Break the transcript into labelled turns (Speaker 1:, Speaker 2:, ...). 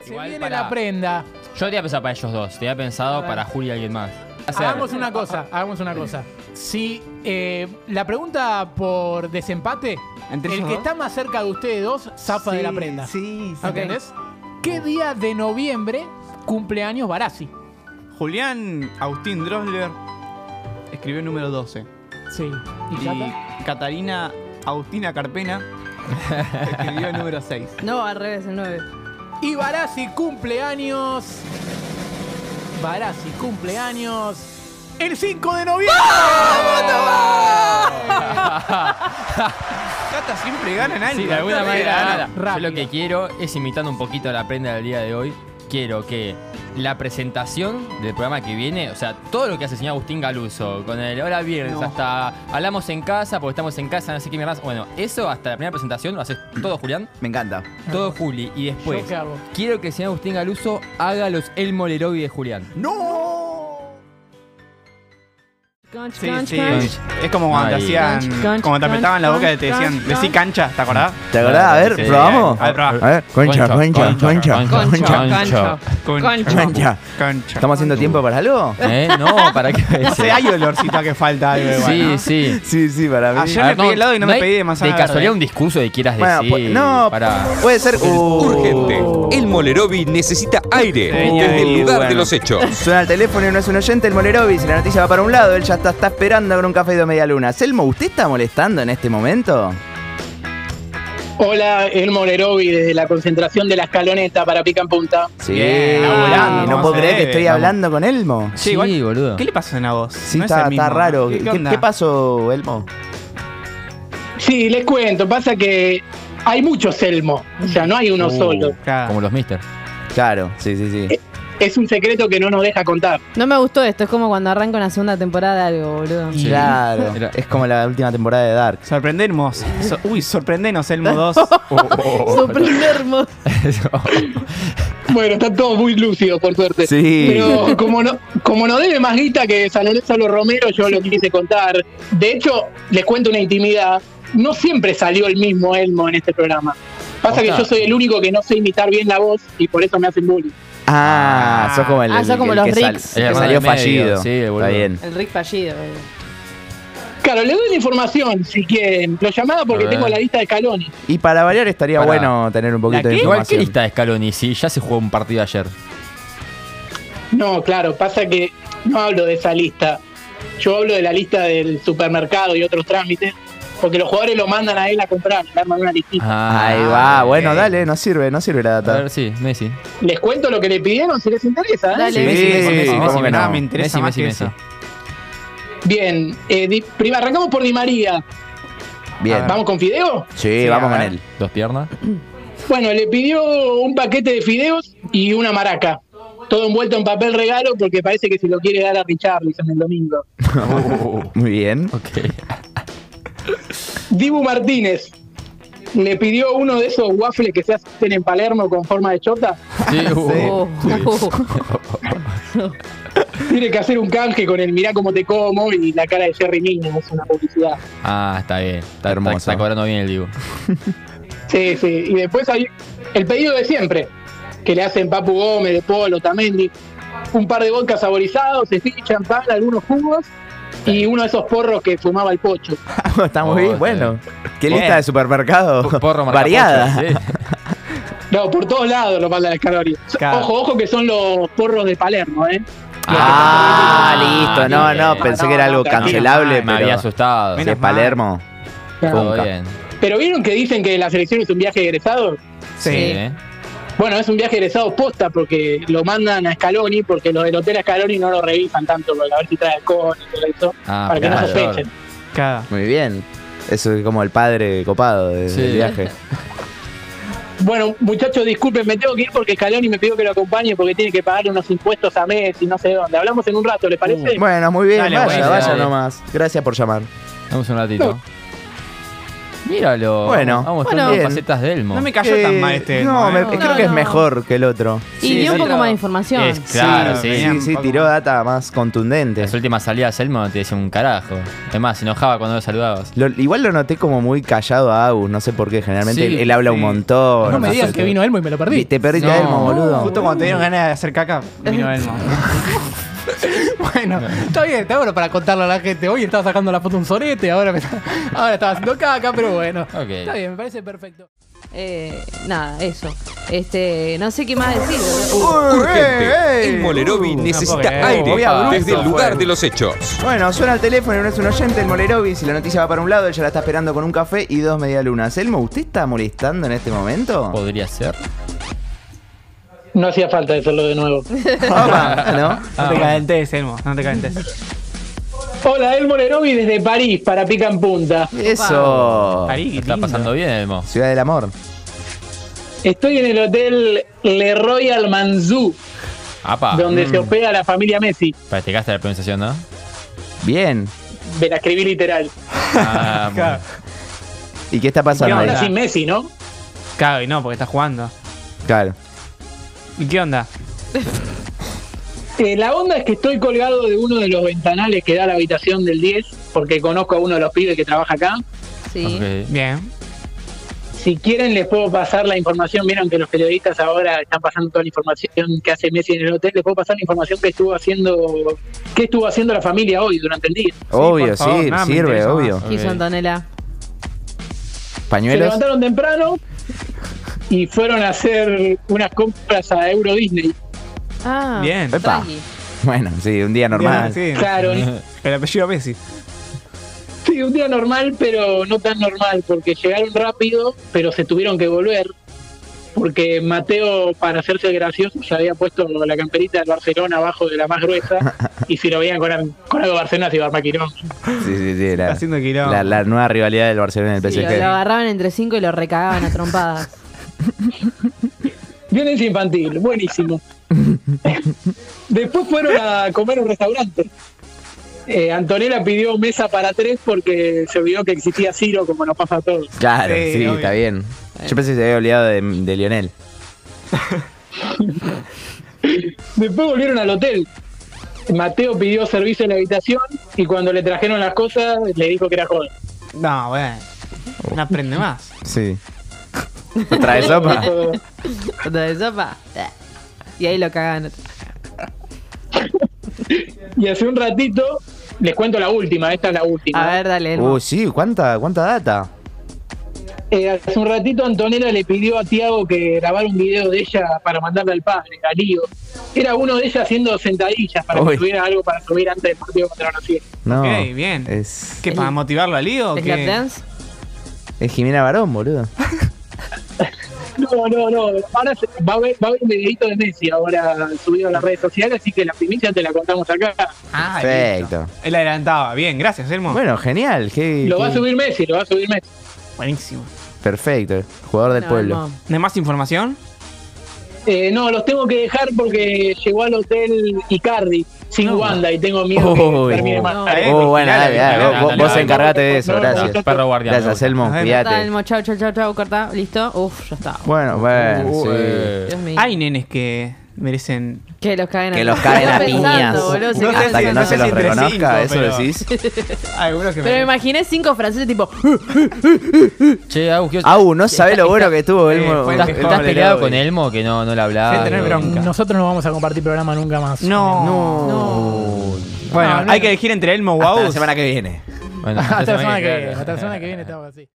Speaker 1: Se
Speaker 2: Igual
Speaker 1: viene
Speaker 2: para-
Speaker 1: la prenda.
Speaker 2: Yo tenía pensado para ellos dos, tenía pensado
Speaker 1: ver.
Speaker 2: para Julia y alguien más. Hacer-
Speaker 1: Hagamos una cosa, hagamos una cosa. Si eh, la pregunta por desempate,
Speaker 3: ¿Entre
Speaker 1: el
Speaker 3: ellos
Speaker 1: que
Speaker 3: dos?
Speaker 1: está más cerca de ustedes dos zafa de la
Speaker 3: Sí,
Speaker 1: prenda.
Speaker 3: Sí, sí.
Speaker 1: ¿Entendés? ¿Qué día de noviembre cumpleaños Barassi?
Speaker 3: Julián Agustín Drosler escribió el número 12.
Speaker 1: Sí. ¿Y
Speaker 3: Y
Speaker 1: Cata?
Speaker 3: Catarina Agustina Carpena escribió el número 6.
Speaker 4: No, al revés, el 9.
Speaker 1: Y Barassi cumpleaños. Barassi cumpleaños. El 5 de noviembre.
Speaker 3: Cata siempre gana en algo.
Speaker 2: Sí, de alguna
Speaker 3: Siempre
Speaker 2: manera
Speaker 3: gana.
Speaker 2: gana. Yo
Speaker 1: Rápido.
Speaker 2: lo que quiero es imitando un poquito a la prenda del día de hoy. Quiero que la presentación del programa que viene, o sea, todo lo que hace el señor Agustín Galuso, con el hola viernes,
Speaker 3: No.
Speaker 2: hasta hablamos en casa, porque estamos en casa, no sé qué más. Bueno, eso hasta la primera presentación lo haces todo, Julián.
Speaker 5: Me encanta.
Speaker 2: Todo Juli. Y después,
Speaker 3: Pues,
Speaker 1: ¿Yo qué hago?
Speaker 2: quiero que el señor Agustín Galuso haga los El Molerovi de Julián.
Speaker 5: ¡No!
Speaker 4: Conch,
Speaker 3: Sí,
Speaker 4: conch,
Speaker 3: sí.
Speaker 4: conch.
Speaker 3: Es como cuando
Speaker 2: Ahí.
Speaker 3: te hacían.
Speaker 4: Canch, canch,
Speaker 3: cuando te apretaban la
Speaker 4: canch,
Speaker 3: boca y te
Speaker 4: canch,
Speaker 3: decían,
Speaker 4: canch,
Speaker 3: decí
Speaker 4: canch".
Speaker 3: cancha, ¿te acordás?
Speaker 5: ¿Te acordás? A ver,
Speaker 2: Sí.
Speaker 5: probamos.
Speaker 3: A ver, probá.
Speaker 5: A ver, concha, concha, concha, concha,
Speaker 4: Concho. Concho.
Speaker 5: concha.
Speaker 3: Cancha.
Speaker 5: ¿Estamos haciendo tiempo para algo?
Speaker 2: ¿Eh? No, ¿para qué?
Speaker 3: Sí, hay olorcito a que falta algo
Speaker 2: Sí,
Speaker 3: igual, ¿no?
Speaker 2: sí.
Speaker 5: Sí, sí, para mí.
Speaker 3: Ayer- Yo me pedí helado y no me
Speaker 2: Ah, hay
Speaker 3: pedí de manzana verde.
Speaker 2: casualidad un discurso que quieras
Speaker 5: Bueno,
Speaker 2: decir.
Speaker 5: pues- no,
Speaker 2: para...
Speaker 5: puede ser. Uh,
Speaker 6: Urgente. El Molerovi necesita aire
Speaker 3: Tenía
Speaker 6: desde
Speaker 3: ahí,
Speaker 6: el lugar de
Speaker 3: bueno.
Speaker 6: los hechos.
Speaker 5: Suena el teléfono y no es un oyente, el Molerovis, y la noticia va para un lado, él ya está, está esperando con un café y dos media luna. Selmo, ¿usted está molestando en este momento?
Speaker 7: Hola, el Molerovi desde la concentración de la escaloneta para pica en punta.
Speaker 5: Sí,
Speaker 3: Bien, laburando,
Speaker 5: no
Speaker 3: como
Speaker 5: puedo
Speaker 3: se
Speaker 5: creer que
Speaker 3: debe,
Speaker 5: estoy
Speaker 3: vamos.
Speaker 5: hablando con Elmo.
Speaker 2: Sí, boludo.
Speaker 3: ¿Qué le pasó en la voz?
Speaker 5: Sí,
Speaker 3: No es
Speaker 5: está,
Speaker 3: el mismo.
Speaker 5: está raro.
Speaker 3: ¿Qué,
Speaker 5: ¿Qué,
Speaker 3: qué onda?
Speaker 5: qué pasó, Elmo?
Speaker 7: Sí, les cuento, pasa que hay muchos Selmo, o sea, no hay uno solo.
Speaker 3: Claro.
Speaker 2: Como los Mister.
Speaker 5: Claro, sí, sí, sí.
Speaker 7: Es un secreto que no nos deja contar.
Speaker 4: No me gustó esto, es como cuando arranca una segunda temporada de algo, boludo.
Speaker 2: Sí.
Speaker 5: Claro,
Speaker 2: Era-
Speaker 5: es como la última temporada de Dark.
Speaker 3: Sorprendemos. So- uy, sorprendenos, Elmo 2.
Speaker 5: Oh.
Speaker 4: Oh, Sorprendernos.
Speaker 2: Eso.
Speaker 7: Bueno, están todos muy lúcidos, por suerte.
Speaker 5: Sí.
Speaker 7: Pero como no, como no debe más guita que San Gonzalo Romero, yo lo quise contar. De hecho, les cuento una intimidad. No siempre salió el mismo Elmo en este programa. Pasa que
Speaker 2: Opa.
Speaker 7: yo soy el único que no sé imitar bien la voz y por eso me hacen bullying.
Speaker 5: Ah, sos como el,
Speaker 4: Ah, sos
Speaker 5: el-
Speaker 4: como
Speaker 5: el
Speaker 4: los
Speaker 5: que, sal-
Speaker 4: Ricks.
Speaker 2: El
Speaker 5: el que
Speaker 2: hermano
Speaker 5: salió
Speaker 2: del medio,
Speaker 5: fallido.
Speaker 2: sí, boludo.
Speaker 5: Está bien.
Speaker 4: El Rick fallido, boludo.
Speaker 7: Claro, le doy la información si quieren. Lo llamaba porque
Speaker 2: A ver.
Speaker 7: tengo la lista de Caloni.
Speaker 5: Y para variar estaría
Speaker 2: Pará.
Speaker 5: bueno tener un poquito de
Speaker 2: Igual que
Speaker 5: información.
Speaker 2: lista de Scaloni, sí, ya se jugó un partido ayer.
Speaker 7: No, claro, pasa que no hablo de esa lista. Yo hablo de la lista del supermercado y otros trámites, porque los jugadores lo mandan a él a comprar, le arman una listita.
Speaker 5: Ahí va, bueno, dale, no sirve, no sirve la
Speaker 2: A
Speaker 5: data.
Speaker 2: Ah, ver, sí, Messi.
Speaker 7: Les cuento lo que le pidieron si les interesa. ¿eh?
Speaker 4: Dale.
Speaker 5: Sí,
Speaker 2: Messi, Messi, Messi,
Speaker 5: ¿cómo
Speaker 2: Messi,
Speaker 5: que
Speaker 3: nada
Speaker 5: no?
Speaker 3: me interesa
Speaker 2: Messi,
Speaker 3: más
Speaker 2: Messi, Messi.
Speaker 3: que eso.
Speaker 7: Bien, eh, Di- prima, arrancamos por Di María.
Speaker 5: Bien.
Speaker 7: Ah, ¿Vamos con Fideo?
Speaker 5: Sí,
Speaker 3: Sí,
Speaker 5: vamos
Speaker 3: a
Speaker 5: con
Speaker 3: ver.
Speaker 5: él.
Speaker 2: Dos piernas.
Speaker 7: Bueno, le pidió un paquete de fideos y una maraca. Todo envuelto en papel regalo porque parece que se lo quiere dar a Richarlison el domingo.
Speaker 5: Muy bien.
Speaker 2: Ok.
Speaker 7: Dibu Martínez le pidió uno de esos waffles que se hacen en Palermo con forma de chota.
Speaker 2: Sí, uh,
Speaker 4: Oh.
Speaker 7: Tiene que hacer un canje con el mirá cómo te como y la cara de Jerry Mina, es una publicidad.
Speaker 2: Ah, está bien. Está
Speaker 5: Hermoso.
Speaker 2: Está, está cobrando bien el Dibu.
Speaker 7: Sí, sí. Y después hay el pedido de siempre, que le hacen Papu Gómez, de Polo, Tamendi, un par de vodka saborizados, estilo champán, algunos jugos y uno de esos porros que fumaba el pocho.
Speaker 5: Está muy
Speaker 2: Oh,
Speaker 5: bien,
Speaker 2: está
Speaker 5: bueno. Qué
Speaker 2: Bien.
Speaker 5: lista de supermercado
Speaker 2: Porro marca
Speaker 5: variada.
Speaker 2: pocho, sí.
Speaker 7: No, por todos lados lo mandan las calorías.
Speaker 3: Claro.
Speaker 7: Ojo, ojo que son los porros de Palermo, ¿eh?
Speaker 5: Ah, listo. No,
Speaker 2: bien.
Speaker 5: no, pensé que era algo
Speaker 7: No, no,
Speaker 5: cancelable,
Speaker 2: Me había
Speaker 5: pero
Speaker 2: asustado.
Speaker 5: si es
Speaker 3: mal.
Speaker 5: Palermo.
Speaker 2: Todo
Speaker 5: Nunca.
Speaker 2: bien.
Speaker 7: Pero ¿vieron que dicen que la selección es un viaje egresado?
Speaker 3: Sí.
Speaker 2: ¿eh?
Speaker 7: Bueno, es un viaje egresado posta porque lo mandan a Scaloni, porque los del hotel a Scaloni no lo revisan tanto, porque a ver si trae alcohol y todo eso,
Speaker 2: Ah,
Speaker 7: para que no
Speaker 2: claro.
Speaker 7: sospechen.
Speaker 3: Claro.
Speaker 5: Muy bien. Eso es como el padre copado de-
Speaker 2: Sí.
Speaker 5: del viaje.
Speaker 7: Bueno, muchachos, disculpen, me tengo que ir porque Scaloni me pidió que lo acompañe porque tiene que pagar unos impuestos a mes y no sé dónde. Hablamos en un rato, ¿les parece?
Speaker 5: Mm, Bueno, muy bien.
Speaker 3: Dale,
Speaker 5: vaya,
Speaker 2: bueno,
Speaker 5: vaya
Speaker 2: dale.
Speaker 5: nomás. Gracias por llamar.
Speaker 2: Vamos un ratito. Míralo.
Speaker 5: Bueno.
Speaker 2: vamos
Speaker 5: Bueno.
Speaker 2: mostrando
Speaker 5: Bien.
Speaker 2: facetas de Elmo.
Speaker 3: No me cayó tan
Speaker 5: Eh,
Speaker 3: mal este.
Speaker 5: No,
Speaker 3: Elmo,
Speaker 5: me-
Speaker 3: ¿eh?
Speaker 5: creo que es
Speaker 4: no.
Speaker 5: mejor que el otro.
Speaker 4: Y
Speaker 2: Sí,
Speaker 4: dio un
Speaker 2: sí,
Speaker 4: poco
Speaker 2: claro.
Speaker 4: más de información.
Speaker 2: Es claro, sí.
Speaker 3: venía-
Speaker 5: Sí, sí, tiró data más contundente.
Speaker 2: Las últimas salidas Elmo no te decía un carajo. Además, se enojaba cuando lo saludabas.
Speaker 5: Lo- igual lo noté como muy callado a Agus, no sé por qué, generalmente
Speaker 2: Sí,
Speaker 5: él, él habla un
Speaker 3: sí.
Speaker 5: montón.
Speaker 1: No me digas que vino Elmo y me lo perdí.
Speaker 5: Te perdiste a
Speaker 2: No.
Speaker 5: Elmo, boludo.
Speaker 3: Justo cuando te dieron ganas de hacer caca, vino Elmo.
Speaker 1: Bueno, está bien, está bueno para contarle a la gente. Hoy estaba sacando la foto un sorete, ahora, me está- ahora estaba haciendo caca, pero bueno.
Speaker 2: Ok.
Speaker 1: Está bien, me parece perfecto.
Speaker 4: Eh, nada, eso. Este, no sé qué más decir.
Speaker 5: Uy,
Speaker 6: Urgente.
Speaker 5: ey.
Speaker 6: El Molerovi
Speaker 5: Uh,
Speaker 6: necesita
Speaker 3: tampoco, eh.
Speaker 6: aire
Speaker 5: Voy a pues.
Speaker 6: desde
Speaker 5: Bruno,
Speaker 6: el lugar
Speaker 5: fue.
Speaker 6: de los hechos.
Speaker 5: Bueno, suena el teléfono y no es un oyente, el Molerovi. Si la noticia va para un lado, él ya la está esperando con un café y dos medialunas. Elmo, ¿usted está molestando en este momento?
Speaker 2: Podría ser.
Speaker 7: No hacía falta hacerlo de nuevo.
Speaker 5: Opa, ¿no?
Speaker 2: Ah,
Speaker 3: No te calentes, Elmo. No te calentes.
Speaker 7: Hola, El Molerovi desde París para Pica en Punta.
Speaker 5: Eso.
Speaker 3: París,
Speaker 2: Lo está
Speaker 3: lindo.
Speaker 2: pasando bien, Elmo.
Speaker 5: Ciudad del Amor.
Speaker 7: Estoy en el hotel Le Royal Manzou,
Speaker 2: Apa. Mm.
Speaker 7: donde se hospeda la familia Messi.
Speaker 2: Practicaste la pronunciación, ¿no?
Speaker 5: Bien.
Speaker 7: Me la escribí literal.
Speaker 2: Ah, bueno.
Speaker 5: ¿Y qué está pasando
Speaker 3: ¿Qué
Speaker 5: ahí?
Speaker 7: Ahora
Speaker 3: onda?
Speaker 7: sí, Messi, ¿no?
Speaker 3: Claro, y no, porque está jugando.
Speaker 5: Claro.
Speaker 3: ¿Y qué onda?
Speaker 7: Eh, la onda es que estoy colgado de uno de los ventanales que da la habitación del 10, porque conozco a uno de los pibes que trabaja acá.
Speaker 4: Uh, Sí.
Speaker 2: Ok.
Speaker 3: Bien.
Speaker 7: Si quieren les puedo pasar la información, vieron que los periodistas ahora están pasando toda la información que hace Messi en el hotel, les puedo pasar la información que estuvo haciendo, que estuvo haciendo la familia hoy durante el día.
Speaker 5: obvio,
Speaker 3: por favor,
Speaker 5: sí,
Speaker 3: nada, me
Speaker 5: sirve,
Speaker 3: interesa
Speaker 5: obvio.
Speaker 2: más.
Speaker 4: Quiso
Speaker 2: Ok.
Speaker 4: Antonella.
Speaker 7: Se
Speaker 5: Pañuelos.
Speaker 7: levantaron temprano y fueron a hacer unas compras a Euro Disney.
Speaker 4: Ah,
Speaker 3: Bien.
Speaker 5: Epa.
Speaker 4: tranqui.
Speaker 5: Bueno, sí, un día normal.
Speaker 3: Sí.
Speaker 7: Claro,
Speaker 3: El apellido Messi.
Speaker 7: sí, un día normal, pero no tan normal, porque llegaron rápido, pero se tuvieron que volver. Porque Mateo, para hacerse gracioso, se había puesto la camperita del Barcelona abajo de la más gruesa y si lo veían con, con algo Barcelona se iba a armar quirón.
Speaker 5: Sí, sí, sí. La,
Speaker 3: haciendo quilombo.
Speaker 5: la- la nueva rivalidad del Barcelona y el
Speaker 4: Sí, lo, lo
Speaker 5: PSG.
Speaker 4: agarraban entre cinco y lo recagaban a trompadas.
Speaker 7: Violencia infantil, buenísimo. Después fueron a comer a un restaurante. Eh, Antonella pidió mesa para tres porque se olvidó que existía Ciro, como nos pasa a todos.
Speaker 5: Claro, sí,
Speaker 3: Sí, obvio.
Speaker 5: está bien. Yo pensé que se había olvidado de, de Lionel.
Speaker 7: Después volvieron al hotel. Mateo pidió servicio en la habitación y cuando le trajeron las cosas le dijo que era joven.
Speaker 3: No, bueno. No aprende más.
Speaker 5: Sí. ¿Otra vez
Speaker 4: Ah.
Speaker 5: sopa?
Speaker 7: Dijo,
Speaker 4: Otra de sopa. Y ahí lo cagaban.
Speaker 7: Y hace un ratito, les cuento la última, esta es la última.
Speaker 4: A ver, dale. Elmo.
Speaker 5: Uh, sí, ¿cuánta, cuánta data?
Speaker 7: Eh, hace un ratito Antonella le pidió a Tiago que grabara un video de ella para mandarle al padre, a Lío. Era uno de ellas haciendo sentadillas para
Speaker 5: Uy.
Speaker 7: que tuviera algo para subir antes del partido contra Brasil.
Speaker 5: No.
Speaker 3: Ok, bien.
Speaker 5: Es,
Speaker 3: ¿Qué, para motivarlo a Lío o
Speaker 4: ¿Es lap
Speaker 3: qué?
Speaker 4: dance?
Speaker 5: es Jimena Barón, boludo.
Speaker 7: No, no, no. Ahora se- va a haber, va a haber un videito de Messi ahora subido a las redes sociales, así que la primicia te la contamos acá.
Speaker 3: Ah,
Speaker 5: Perfecto.
Speaker 3: listo. Él adelantaba. Bien, gracias, Elmo.
Speaker 5: Bueno, genial. qué-
Speaker 7: Lo va a
Speaker 5: qué-
Speaker 7: subir Messi, lo va a subir Messi.
Speaker 3: Buenísimo.
Speaker 5: Perfecto. Jugador del
Speaker 4: No,
Speaker 5: pueblo.
Speaker 4: Elmo.
Speaker 3: ¿No hay más información?
Speaker 7: Eh, no, los tengo que dejar porque llegó al hotel Icardi sin Wanda y tengo miedo
Speaker 5: Uy.
Speaker 7: que termine más
Speaker 4: No.
Speaker 7: tarde.
Speaker 5: Uh, bueno, dale, dale,
Speaker 2: dale,
Speaker 5: vos,
Speaker 2: dale,
Speaker 5: vos
Speaker 2: dale.
Speaker 5: encargate de eso,
Speaker 7: No, no,
Speaker 5: gracias.
Speaker 2: Perro guardián. me
Speaker 5: Gracias,
Speaker 2: gusta.
Speaker 5: Elmo,
Speaker 3: Nos vemos.
Speaker 4: Cortá,
Speaker 5: cuídate.
Speaker 4: Elmo. Chau, chau, chau, chau. Cortá. Listo. Uf, ya está.
Speaker 5: Bueno, bueno,
Speaker 2: Uh,
Speaker 5: sí.
Speaker 2: eh.
Speaker 4: Dios mío.
Speaker 3: Hay nenes que merecen.
Speaker 4: Que los caguen a
Speaker 5: Que los caen a
Speaker 4: Estaba uh, pensando,
Speaker 5: piñas.
Speaker 4: boludo, se
Speaker 3: No
Speaker 4: cagan.
Speaker 3: sé
Speaker 5: Hasta
Speaker 3: si-
Speaker 5: que no
Speaker 3: no
Speaker 5: se
Speaker 3: sé
Speaker 5: los
Speaker 3: si entre cinco,
Speaker 5: reconozca, eso
Speaker 3: pero-
Speaker 5: decís.
Speaker 3: Algunos que
Speaker 4: Pero me imaginé cinco franceses tipo.
Speaker 2: Che, Agus, ¿qué-
Speaker 5: Au, no sabe lo bueno que tuvo
Speaker 3: Eh,
Speaker 5: Elmo.
Speaker 3: fue-
Speaker 2: ¿Estás,
Speaker 3: el
Speaker 2: estás
Speaker 3: Pablo
Speaker 2: peleado
Speaker 3: Leroy.
Speaker 2: con Elmo que no, no le hablaba?
Speaker 3: Sin tener bronca.
Speaker 1: Nosotros no vamos a compartir programa nunca más.
Speaker 3: No.
Speaker 5: No.
Speaker 3: Bueno,
Speaker 1: No, no,
Speaker 3: hay
Speaker 1: no.
Speaker 3: que elegir entre Elmo o
Speaker 5: Hasta la
Speaker 3: Agus.
Speaker 5: semana que viene.
Speaker 2: Bueno,
Speaker 1: Hasta la semana que
Speaker 2: claro.
Speaker 1: viene, hasta la semana que viene estamos así.